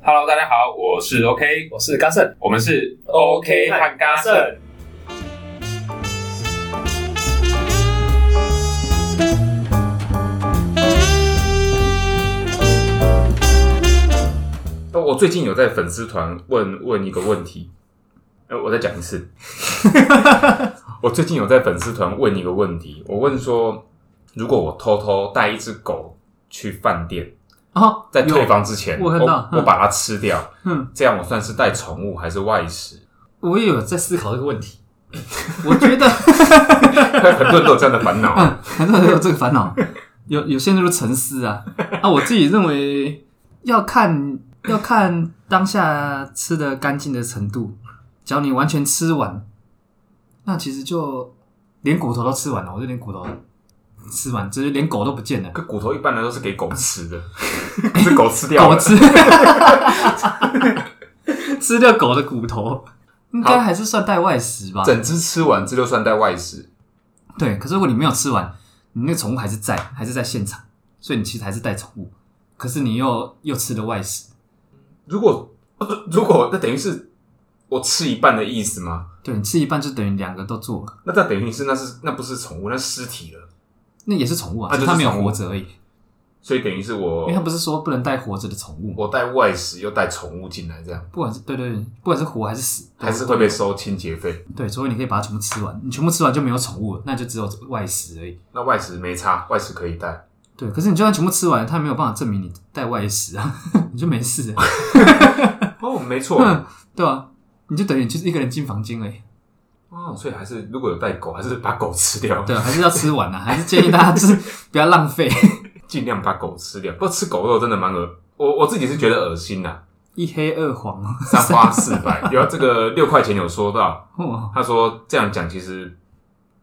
Hello，大家好，我是 OK，我是嘉盛我们是 OK 和嘎盛。我最近有在粉丝团问问一个问题，呃，我再讲一次。我最近有在粉丝团问一个问题，我问说，如果我偷偷带一只狗去饭店，啊，在退房之前，有我看到我嗯我把它吃掉，嗯，这样我算是带宠物还是外食？ 我也有在思考这个问题。 我觉得 很多人都有这样的烦恼。嗯很多人有这个烦恼，有有些人就是沉思啊。啊，我自己认为要看要看当下吃的干净的程度。只要你完全吃完，那其实就连骨头都吃完了，我就连骨头吃完，就是连狗都不见了。可骨头一般来都是给狗吃的， 是狗吃掉 狗了。吃，吃掉狗的骨头，应该好还是算带外食吧？整只吃完，这就算带外食。对，可是如果你没有吃完，你那个宠物还是在，还是在现场，所以你其实还是带宠物，可是你又又吃了外食，如果如果那等于是我吃一半的意思吗？对你吃一半就等于两个都做了，那这等于是那是那不是宠物，那是尸体了。那也是宠物啊，那只就是是它没有宠物哦活着而已，因所以等于是我为它不是说不能带活着的宠物吗，我带外食又带宠物进来，这样不管是对对，对不管是活还是死，还是会被收清洁费。对，除非你可以把它全部吃完，你全部吃完就没有宠物了，那就只有外食而已。那外食没差，外食可以带。对，可是你就算全部吃完，它没有办法证明你带外食啊， 你就没事了，嗯哦，没错。对啊，你就等于就是一个人进房间而已。哦，所以还是如果有带狗，还是把狗吃掉，对，还是要吃完啊，还是建议大家就是不要浪费。尽量把狗吃掉。不过吃狗肉真的蛮恶，我我自己是觉得恶心呐、一黑二黄， 三花四百，有啊这个六块钱有说到，哇，他说这样讲其实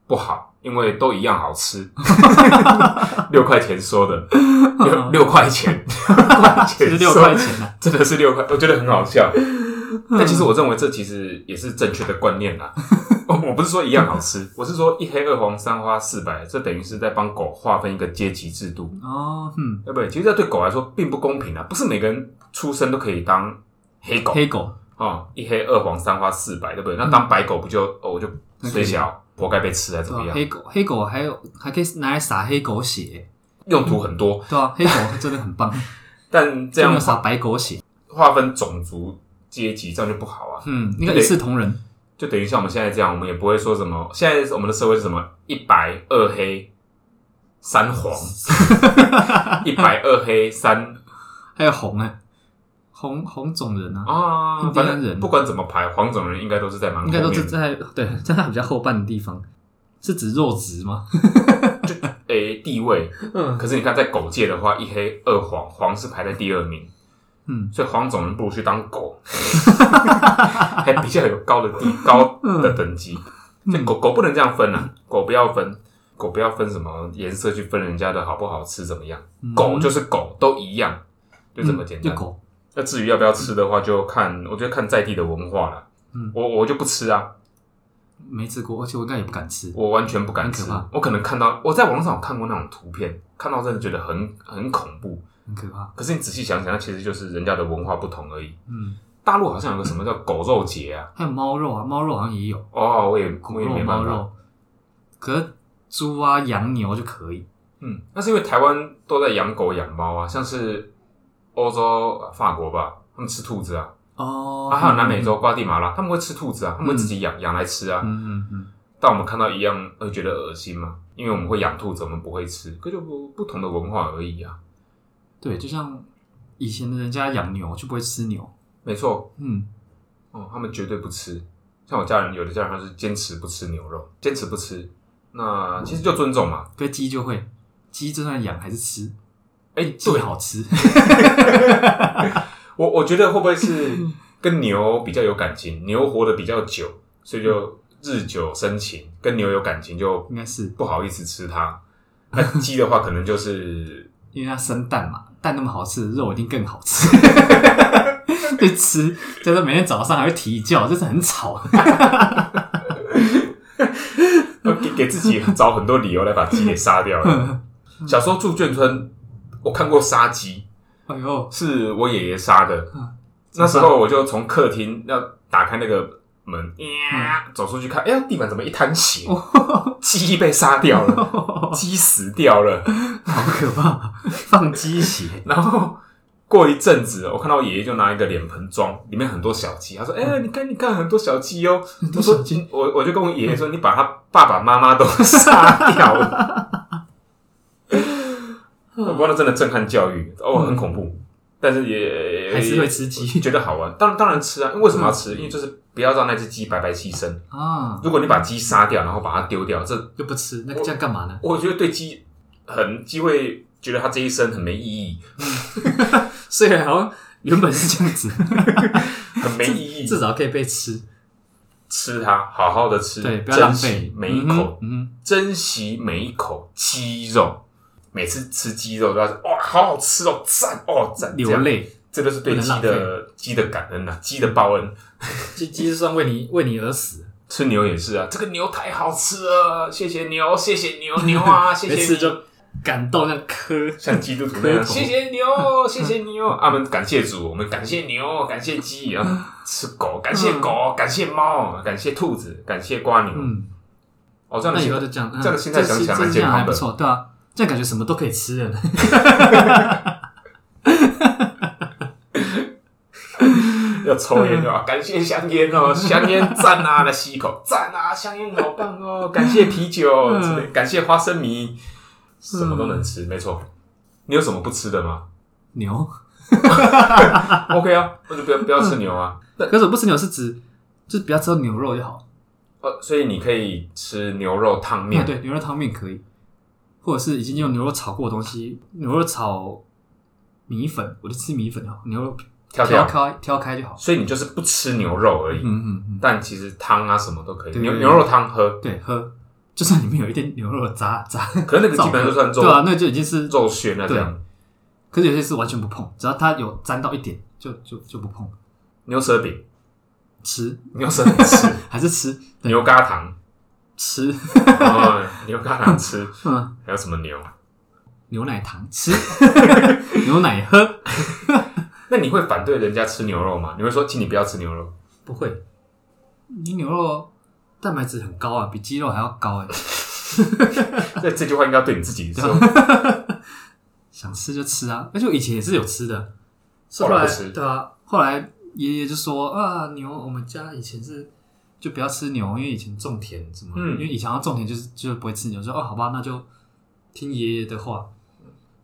不好，因为都一样好 吃。六块钱说的，六六块钱，六块其钱实说，嗯六块钱啊，真的是六块，我觉得很好笑。但其实我认为这其实也是正确的观念 啦。我我不是说一样好吃，我是说一黑二黄三花四白，这等于是在帮狗划分一个阶级制度，哦，嗯，对不对？其实这对狗来说并不公平啊，不是每个人出生都可以当黑狗黑狗，哦，一黑二黄三花四白，对不对？那当白狗不就哦，我就嗯那可虽以小活该被吃还是对怎么吧、样？黑狗，黑狗还有还可以拿来撒黑狗血，用途很多，对啊，黑狗 真的很棒，但这就样没有撒白狗血，划分种族阶级，这样就不好啊。嗯，应该一视同仁，就等于像我们现在这样，我们也不会说什么。现在我们的社会是什么？一白二黑三 黄，一白二黑三还有红啊，红红种人啊，啊，印第反安人正不管怎么排，黄种人应该都是在蛮后应该面都的，是在对站在比较后半的地方，是指弱植吗？诶、地位。嗯可是你看，在狗界的话，一黑二黄，黄是排在第二名， 嗯，所以黄种人不如去当 狗，还比较有高的地高的等级。嗯所以狗狗不能这样分啊，狗不要分，狗不要分什么颜色去分人家的好不好吃怎么样。狗就是狗，都一样，就这么简单。嗯就狗，那至于要不要吃的话，就看我觉得看在地的文化了。嗯我我就不吃啊，没吃过，而且我应该也不敢吃，我完全不敢吃很可怕。我可能看到我在网络上有看过那种图片，看到真的觉得很很恐怖。很可怕，可是你仔细想想，那其实就是人家的文化不同而已。嗯，大陆好像有个什么叫狗肉节啊？还有猫肉啊，猫肉好像也有。哦，我也狗我也肉、没猫办法。肉，可是猪啊、羊牛就可以。嗯，那是因为台湾都在养狗养猫啊，像是欧洲、呃法国吧，他们吃兔子啊，哦啊，还有南美，洲瓜地马拉，他们会吃兔子啊，他们会自己养养来吃啊。嗯嗯嗯，但我们看到一样会觉得恶心嘛，因为我们会养兔子，我们不会吃，可就不不同的文化而已啊。对，就像以前的人家养牛就不会吃牛，没错，嗯，哦，他们绝对不吃。像我家人，有的家人他是坚持不吃牛肉，坚持不吃，那其实就尊重嘛。可是鸡就会，鸡就算养还是吃，哎、鸡对，好 吃，我我觉得会不会是跟牛比较有感情，牛活得比较久，所以就日久生情，跟牛有感情就应该是不好意思吃它。那鸡的话，可能就是因为它生蛋嘛，蛋那么好吃，肉一定更好 吃。就吃，就是每天早上还会啼叫，就是很 吵。呃给给自己找很多理由来把鸡给杀掉 了。哎小时候住眷村，我看过杀鸡， 哎呦，是我爷爷杀的嗯。那时候我就从客厅要打开那个门，呀走出去看，哎呀，地板怎么一滩血？鸡被杀掉 了，鸡死掉了。好可怕，放鸡血，然后过一阵子，我看到我爷爷就拿一个脸盆装，里面很多小鸡。嗯他说：“哎、你看，你看，很多小鸡哦。”我说：“我我就跟我爷爷说，你把他爸爸妈妈都杀掉了。” 我不知道真的震撼教育哦，很恐怖，但是也嗯还是会吃鸡嗯觉得好玩。当当然吃啊，因为为什么要吃？因为就是不要让那只鸡白白牺牲。啊，如果你把鸡杀掉，然后把它丢掉，这又不吃，那这样干嘛呢？我觉得对鸡很鸡会觉得它这一生很没意义，虽然好像原本是这样 子，很没意 义。至少可以被吃，吃它，好好的吃，对，不要浪珍费惜每一口，，嗯珍惜每一口鸡肉。每次吃鸡肉都要说哇，好好吃哦，赞哦，哼，赞，流这样，泪，这就是对鸡不能的鸡的感恩呐、啊，鸡的报恩。鸡鸡是算为你为你而死，吃牛也是啊，这个牛太好吃了，谢谢牛，谢谢牛牛 啊，谢每谢次你。就感动那磕，像基督徒那样，磕头谢谢牛，谢谢 牛，啊，我们感谢主，我们感谢牛，感谢鸡啊，吃狗，感谢狗，感谢猫，感谢兔子，感谢瓜牛。嗯，哦，这样的那以情后况就这样，嗯这样的心态想起来蛮这健样还康不的。错，对啊，这样感觉什么都可以吃了呢。 要抽烟就好，感谢香烟哦，香烟赞啊，来吸一口， 赞啊，香烟好棒哦， 感谢啤酒嗯之类，感谢花生米，什么都能吃，没错。你有什么不吃的吗 牛， ？OK 啊，那就不要不要吃牛啊。那可是我不吃牛是指就是不要吃到牛肉就好，呃，所以你可以吃牛肉汤对面，对，牛肉汤面可以，或者是已经用牛肉炒过的东西，牛肉炒米粉，我就吃米粉就好，牛肉跳挑跳。开挑开就好，所以你就是不吃牛肉而已，嗯嗯嗯，但其实汤啊什么都可以，对牛牛肉汤喝，对，喝，就算里面有一点牛肉的渣渣，可是那个基本上就算对啊，肉那就已经是肉馅那这样。可是有些是完全不碰，只要它有沾到一点，就就就不碰，牛舌 饼，吃牛舌饼吃，还是吃，对，牛轧糖， 吃，哦牛轧糖吃，嗯，还有什么牛？牛奶糖吃， 牛奶喝，那你会反对人家吃牛肉吗？你会说，请你不要吃牛肉，不会，你牛肉蛋白质很高啊，比鸡肉还要高哎、这这句话应该对你自己说， 想吃就吃啊，而且我以前也是有吃的，是后后来来不吃对啊，后来爷爷就说啊，牛我们家以前是就不要吃牛，因为以前种田什么，嗯因为以前要种田就是就是不会吃牛，说哦好吧，那就听爷爷的话，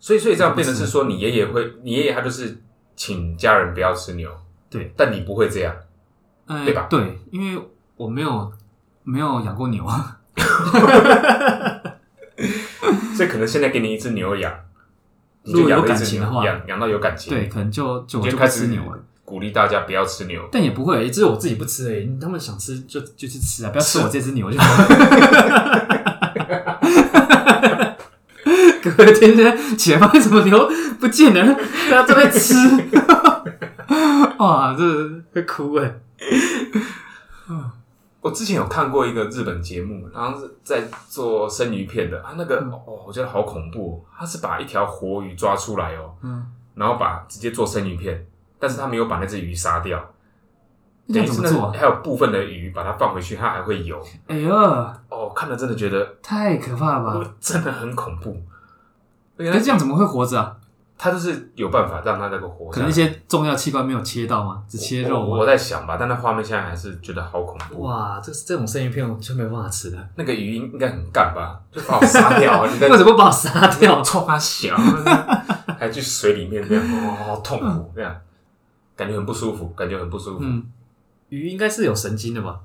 所以所以这样变成是说，你爷爷会，你爷爷他就是请家人不要吃牛，对，但你不会这样，呃对吧对，因为我没有没有养过牛啊，所以可能现在给你一只牛养，你如就果有养了一感只情牛的话，养养到有感情，对，，可能就就我你就就不开吃始牛了。鼓励大家不要吃牛，但也不会，只是我自己不吃而已。他们想吃就就去吃啊，不要吃我这只牛就 好了。隔天天起来发现怎么牛不见了，大家都在吃，哇，这会哭哎、欸我之前有看过一个日本节目，然后是在做生鱼片的，他那个、嗯哦，我觉得好恐怖、哦，他是把一条活鱼抓出来哦，嗯，然后把直接做生鱼片，但是他没有把那只鱼杀掉，那等于怎是么那做啊？还有部分的鱼把它放回去，它还会游。哎呦，哦，看了真的觉得、太可怕了吧！哦真的很恐怖。可是这样怎么会活着啊？他就是有办法让他那个活可下来能一。些重要器官没有切到吗？只切我肉我吗？在想吧，但那画面现在还是觉得好恐怖。哇，这这种生鱼片我就没办法吃了。那个鱼应该很干吧？就把我杀掉啊！你在为什么不把我杀掉？臭他小，啊还去水里面这样，哦，好痛苦，这样感觉很不舒服，感觉很不舒服。嗯，鱼应该是有神经的吧？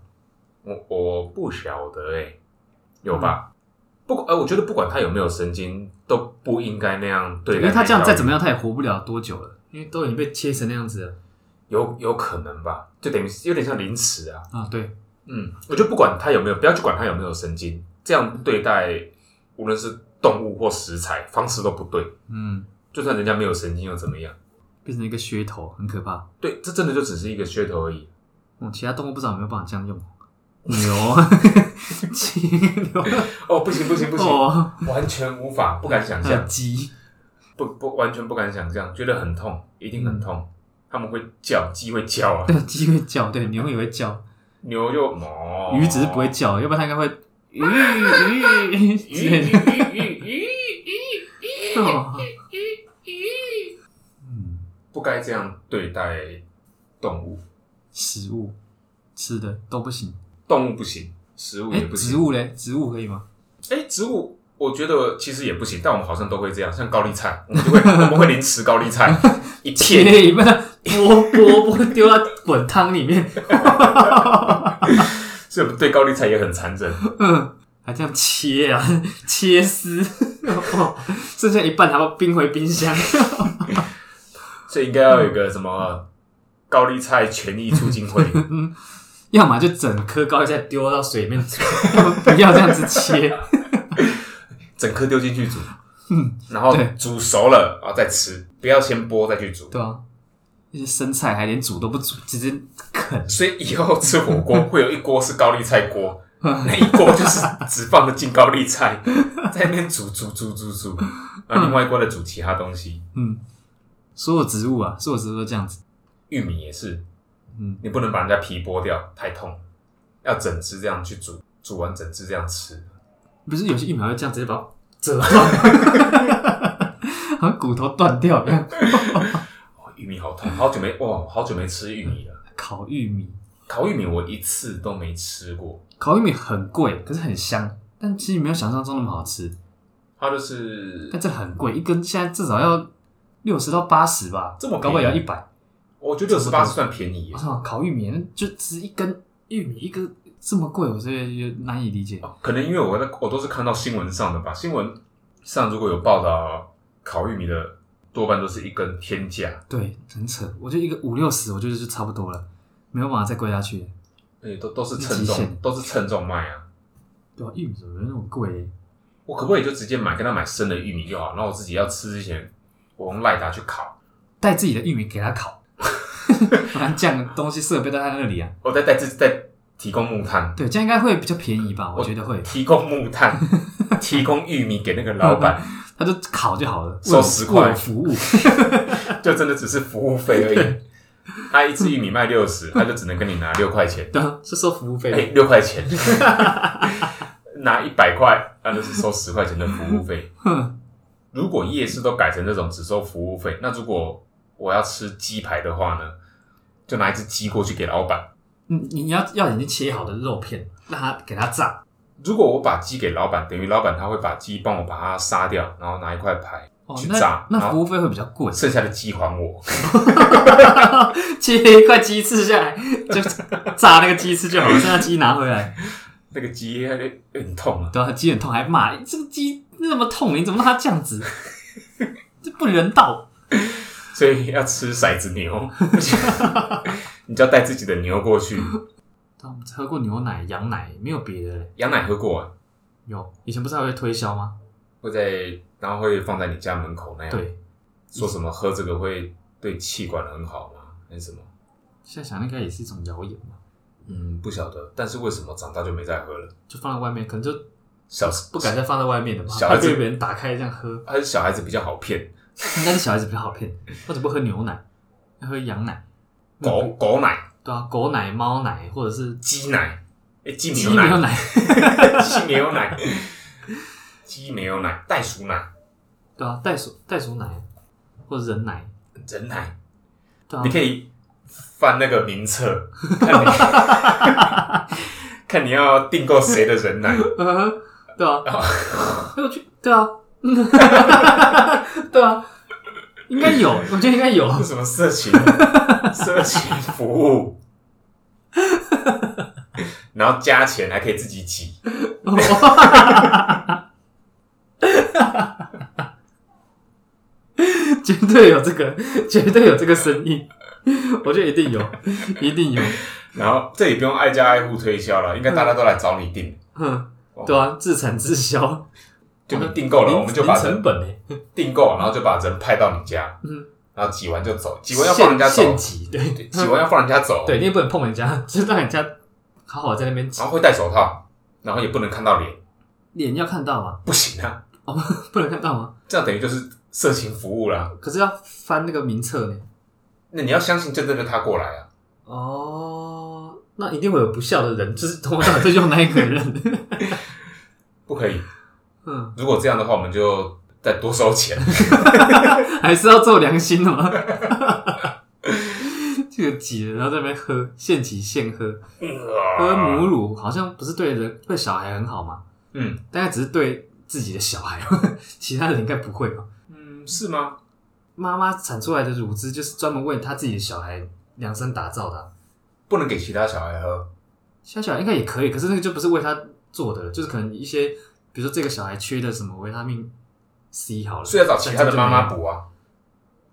我我不晓得哎、有吧？嗯不管，呃，我觉得不管他有没有神经，都不应该那样对因待。为他这样再怎么样，他也活不了多久了，因为都已经被切成那样子了有有可能吧？就等于是有点像凌迟啊。啊！对，嗯，我觉得不管他有没有，不要去管他有没有神经，这样对待无论是动物或食材方式都不对。嗯，就算人家没有神经又怎么样？变成一个噱头，很可怕。对，这真的就只是一个噱头而已。嗯，其他动物不知道有没有办法这样用。 牛，鸡，牛，哦，不行不行不行，哦，嗯完全无法，不敢想还有象，鸡，嗯不不完全不敢想象，觉得很痛，一定很痛。他它们会叫，鸡会叫啊，对，鸡会叫，对，牛也会叫，牛就哞，鱼只是不会叫，要不然它应该 会鱼鱼鱼之类鱼的。鱼鱼鱼 哦 不该这样对待动物，食物吃的都不行，动物不行，食物哎也，不行。植物嘞，植物可以吗？哎、植物我觉得其实也不行，但我们好像都会这样，像高丽菜，我们就会 我们会凌迟高丽 菜，一切片一半，剥剥剥丢到滚汤里面，所以我们对高丽菜也很残忍。嗯，还这样切啊， 切丝， 哦剩下一半还要冰回冰箱。 所以应该要有一个什么高丽菜权益促 进会，嗯要么就整颗高丽菜丢到水里面煮， 不要这样子切。整颗丢进去煮，嗯，然后对煮熟了然后再吃，不要先剥再去煮。对啊，那些生菜还连煮都不煮，直接啃。所以以后吃火锅会有一锅是高丽菜锅，那一锅就是只放得进高丽菜， 在那边煮煮煮煮煮，然后另外一锅在煮其他东西。嗯，所有植物啊，所有植物都这样子。玉米也是，嗯，你不能把人家皮剥掉，太痛，要整只这样去煮，煮完整只这样吃。不是有些疫苗会这样直接把它折断， 好像骨头断掉一样。哦玉米好痛，好久没哇，好久没吃玉米了。烤玉米，烤玉米我一次都没吃过，烤玉米很贵，可是很香，但其实没有想象中那么好吃。它就是但这很贵，一根现在至少要六十到八十吧，这么便宜高不了一百。我觉得六十八是算便宜耶我。操，烤玉米就只一根玉米一个这么贵，我这也难以理解。哦可能因为我在我都是看到新闻上的吧，新闻上如果有报道烤玉米的，多半都是一根天价，对，很扯。我觉得一个五六十，我觉得就差不多了，没有办法再贵下去了。而且都都是极称限重，都是称重卖啊。对啊，玉米怎么那么贵？我可不可以就直接买跟他买生的玉米就好？然后我自己要吃之前，我用赖达去烤，带自己的玉米给他 烤，反正酱东西设备都在那里啊。我哦再带自再提供木炭，对，这样应该会比较便宜吧？我觉得会，提供木 炭，提供玉米给那个老板，他就烤就好了，收10为我块为我服务。就真的只是服务费而已。他一次玉米卖六十，他就只能跟你拿六块钱，对啊， 是收服务费哎、的。六块钱， 拿一百块，那就是收十块钱的服务费。哼，如果夜市都改成这种只收服务费，那如果我要吃鸡排的话呢，就拿一只鸡过去给老板。你嗯你要要已经切好的肉片，让他给他炸。如果我把鸡给老板，等于老板他会把鸡帮我把它杀掉，然后拿一块牌，哦去，那炸那然后服务费会比较贵， 剩下的鸡还我。切一块鸡翅下来就炸那个鸡翅就好了，剩下鸡拿回来。那个鸡很很痛啊！对啊，鸡很痛还骂这个鸡那么痛，你怎么让它这样子？这不人道。所以要吃骰子牛， 你就要带自己的牛过去。啊我们喝过牛奶、羊奶，没有别的嘞。羊奶喝过、啊，有以前不是还会推销吗？会在然后会放在你家门口那样。，对，说什么喝这个会对气管很好吗？还是什么？现在想应该也是一种谣言嘛，嗯，不晓得。但是为什么长大就没再喝了？就放在外面，可能就小时不敢，再放在外面了吧，小怕孩子被别人打开这样喝。还是小孩子比较好骗。应该是小孩子比较好骗，或者不喝牛奶，要喝羊奶。狗狗奶、对啊，狗奶、猫奶或者是鸡奶，哎，鸡鸡牛奶牛、奶， 鸡牛奶、鸡牛奶、袋鼠奶、对啊，袋鼠袋鼠奶或者人奶，人奶，对啊你，可以翻那个名册，看你看你 要订购谁的人奶。嗯，对啊，哦哎我去，对啊， 嗯对啊，应该有，我觉得应该有， 这什么色情色情服务？然后加钱还可以自己挤，绝对有这个，绝对有这个声音，我觉得一定有，一定有，然后这里不用挨家挨户推销了，应该大家都来找你订。嗯，对啊，自产自销，就你订购了，零我们就把零成人本哎，订购，然后就把人派到你家，嗯然后挤完就走，挤完要放人家走现，挤，对对挤完要放人家走， 对，，你也不能碰人家，就是让人家好好在那边挤然，后会戴手套，然后也不能看到脸，脸要看到嘛，不行啊， 不能看到吗？这样等于就是色情服务啦。可是要翻那个名册呢，那你要相信真正的他过来啊。哦，那一定会有不孝的人，就是通常最用那一个人。 不可以，嗯，如果这样的话，我们就再多收钱。还是要做良心的嘛。哦 这个挤了，然后在那边喝，现挤现喝，喝喝母乳好像不是对人对小孩很好嘛，嗯大概只是对自己的小孩， 其他人应该不会吧？嗯，是吗？妈妈产出来的乳汁就是专门为她自己的小孩量身打造的啊、不能给其他小孩喝。小小孩应该也可以，可是那个就不是为他做的了，就是可能一些，比如说这个小孩缺的什么维他命 C 好了，所以要找其他的妈妈补啊。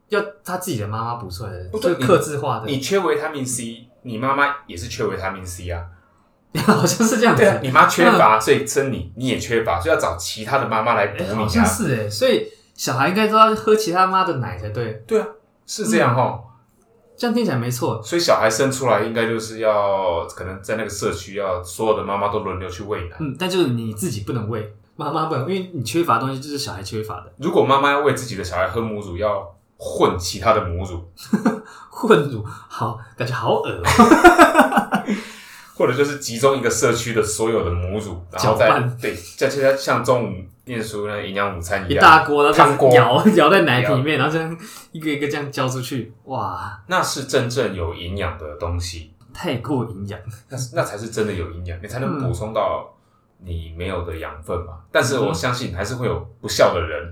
要他自己的妈妈补出来的，不就对是克制化的，你缺维他命 C，你妈妈也是缺维他命 C 啊。 好像是这样子，对 啊，你妈缺乏，所以生你，你也缺乏，所以要找其他的妈妈来补哎你好像啊。是哎、所以小孩应该都要喝其他妈的奶才对，对啊，是这样哈。这样听起来没错，所以小孩生出来应该就是要，可能在那个社区要所有的妈妈都轮流去喂奶。嗯，但就是你自己不能喂，妈妈不能，因为你缺乏的东西就是小孩缺乏的， 如果妈妈要喂自己的小孩喝母乳，要混其他的母乳，混乳好，感觉好恶哦、或者就是集中一个社区的所有的母乳，然后搅再拌对，像像像中午念书那个营养午餐一一样，大锅，然后汤这锅样舀舀在奶瓶里面，然后这样一个一个这样浇出去，哇，那是真正有营养的东西，太过营养。那是那才是真的有营养，你才能补充到你没有的养分嘛。但是我相信还是会有不孝的 人，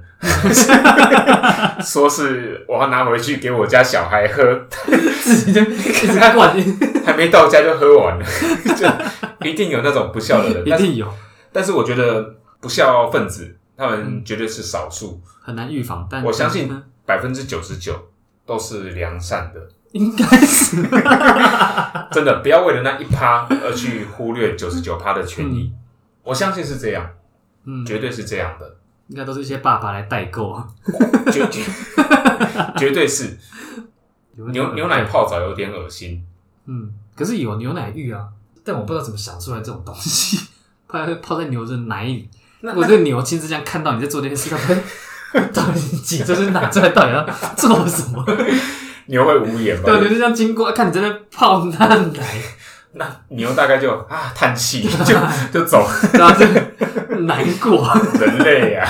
说是我要拿回去给我家小孩喝， 自己就一直灌，一还没到家就喝完了，就一定有那种不孝的人。 但是定有，但是我觉得不孝分子他们绝对是少数，很难预防。但我相信百分之九十九都是良善的。应该 是真的不要为了那一趴而去忽略九十九趴的权益，我相信是这样，嗯，绝对是这样的，应该都是一些爸爸来代购。啊绝绝 绝对是有牛牛奶，泡澡有点恶心，嗯，可是有牛奶浴啊，但我不知道怎么想出来这种东西， 泡在泡在牛的奶里。如果这个牛亲自这样看到你在做这件事，它会 到底挤这是拿出来到底要做什么？牛会无言吧对，？牛就这样经过，看你在那泡那奶，那牛大概就啊叹 气，就就走，然后就难过。人类 呀、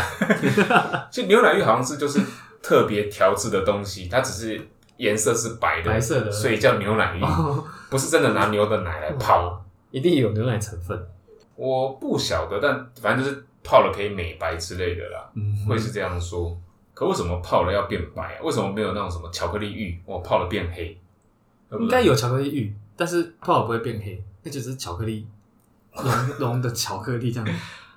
啊。所以牛奶浴好像是就是特别调制的东西，它只是颜色是白的，白色的所以叫牛奶浴，哦，不是真的拿牛的奶来泡。 一定有牛奶成分。我不晓得，但反正就是泡了可以美白之类的啦。嗯会是这样说。可为什么泡了要变白、啊？为什么没有那种什么巧克力浴，我泡了变黑？对不应对该有巧克力浴，但是泡了不会变黑，那就只是巧克力融融的巧克力这样，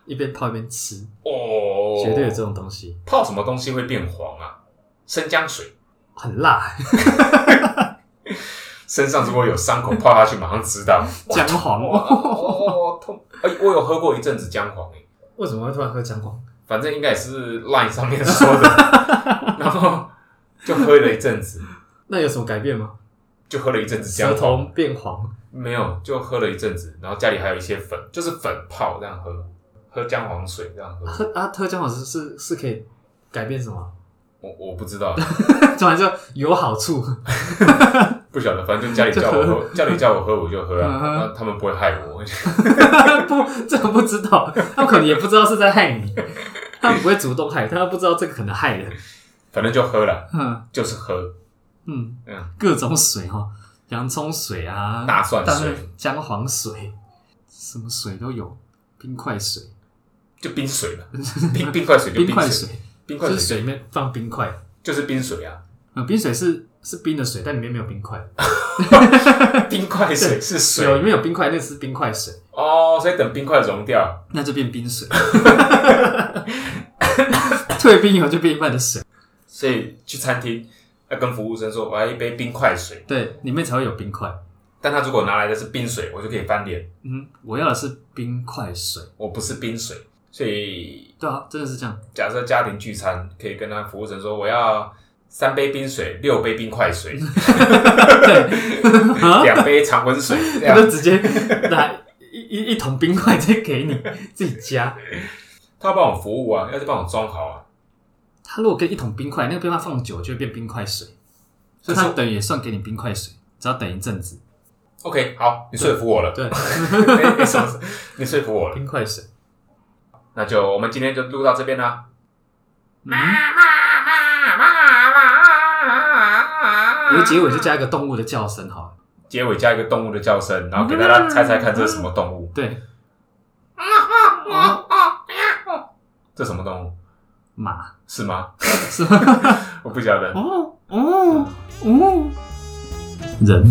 一边泡一边吃，哦，绝对有这种东西，泡什么东西会变黄啊？生姜水，很辣，身上如果有伤口泡下去，马上知道。 姜黄。哇哦，痛！哎，我有喝过一阵子姜黄、欸，为什么会突然喝姜黄？反正应该也是 Line 上面说的， 然后就喝了一阵子，那有什么改变吗？就喝了一阵子姜舌黄。头变黄，没有，就喝了一阵子，然后家里还有一些粉，就是粉泡这样喝，喝姜黄水这样喝。喝啊，喝姜黄是是是可以改变什么？ 我我不知道，突然就有好处， 不晓得，反正就家里叫我喝，家里叫我喝我就喝啊嗯，哼那他们不会害我。 不，这个不知道，他们可能也不知道是在害你，他们不会主动害，他们不知道这个可能害人。反正就喝了，嗯就是喝嗯嗯，各种水哈、哦， 洋葱水啊，大蒜当水然，姜黄水，什么水都有，冰块水、就冰水了，冰冰块水就冰冰块水，水冰块就是水水里面放冰块。就就是冰水啊，呃，冰水是是冰的水，但里面没有冰块。冰块水是有里水面有冰块，那是冰块水，哦，所以等冰块融掉，那就变冰水。 退冰以后就变一半的水，所以去餐厅要跟服务生说我要一杯冰块水，对，里面才会有冰块。但他如果拿来的是冰水，我就可以翻脸，嗯，我要的是冰块水。我不是冰水，所以对啊，真的是这 样。假设家庭聚餐，可以跟他服务生说：“我要三杯冰水，六杯冰块水，啊 两杯常温水。”这样我就直接拿一一一桶冰块再给你自己加。他要帮我服务啊，要是帮我装好啊。它如果跟一桶冰块，那个冰块放久就会变冰块水。所以它等于也算给你冰块水，只要等一阵子。 OK，好，你说服我 了，对， 没没什么事，你说服我了，冰块水。那就我们今天就录到这边啦。嗯，有结尾就加一个动物的叫声好了。结尾加一个动物的叫声，然后给大啊家猜猜看这是什么动物？对，嗯这什么动物？马是吗？ 是吗？ 我不晓得。哦哦哦，人。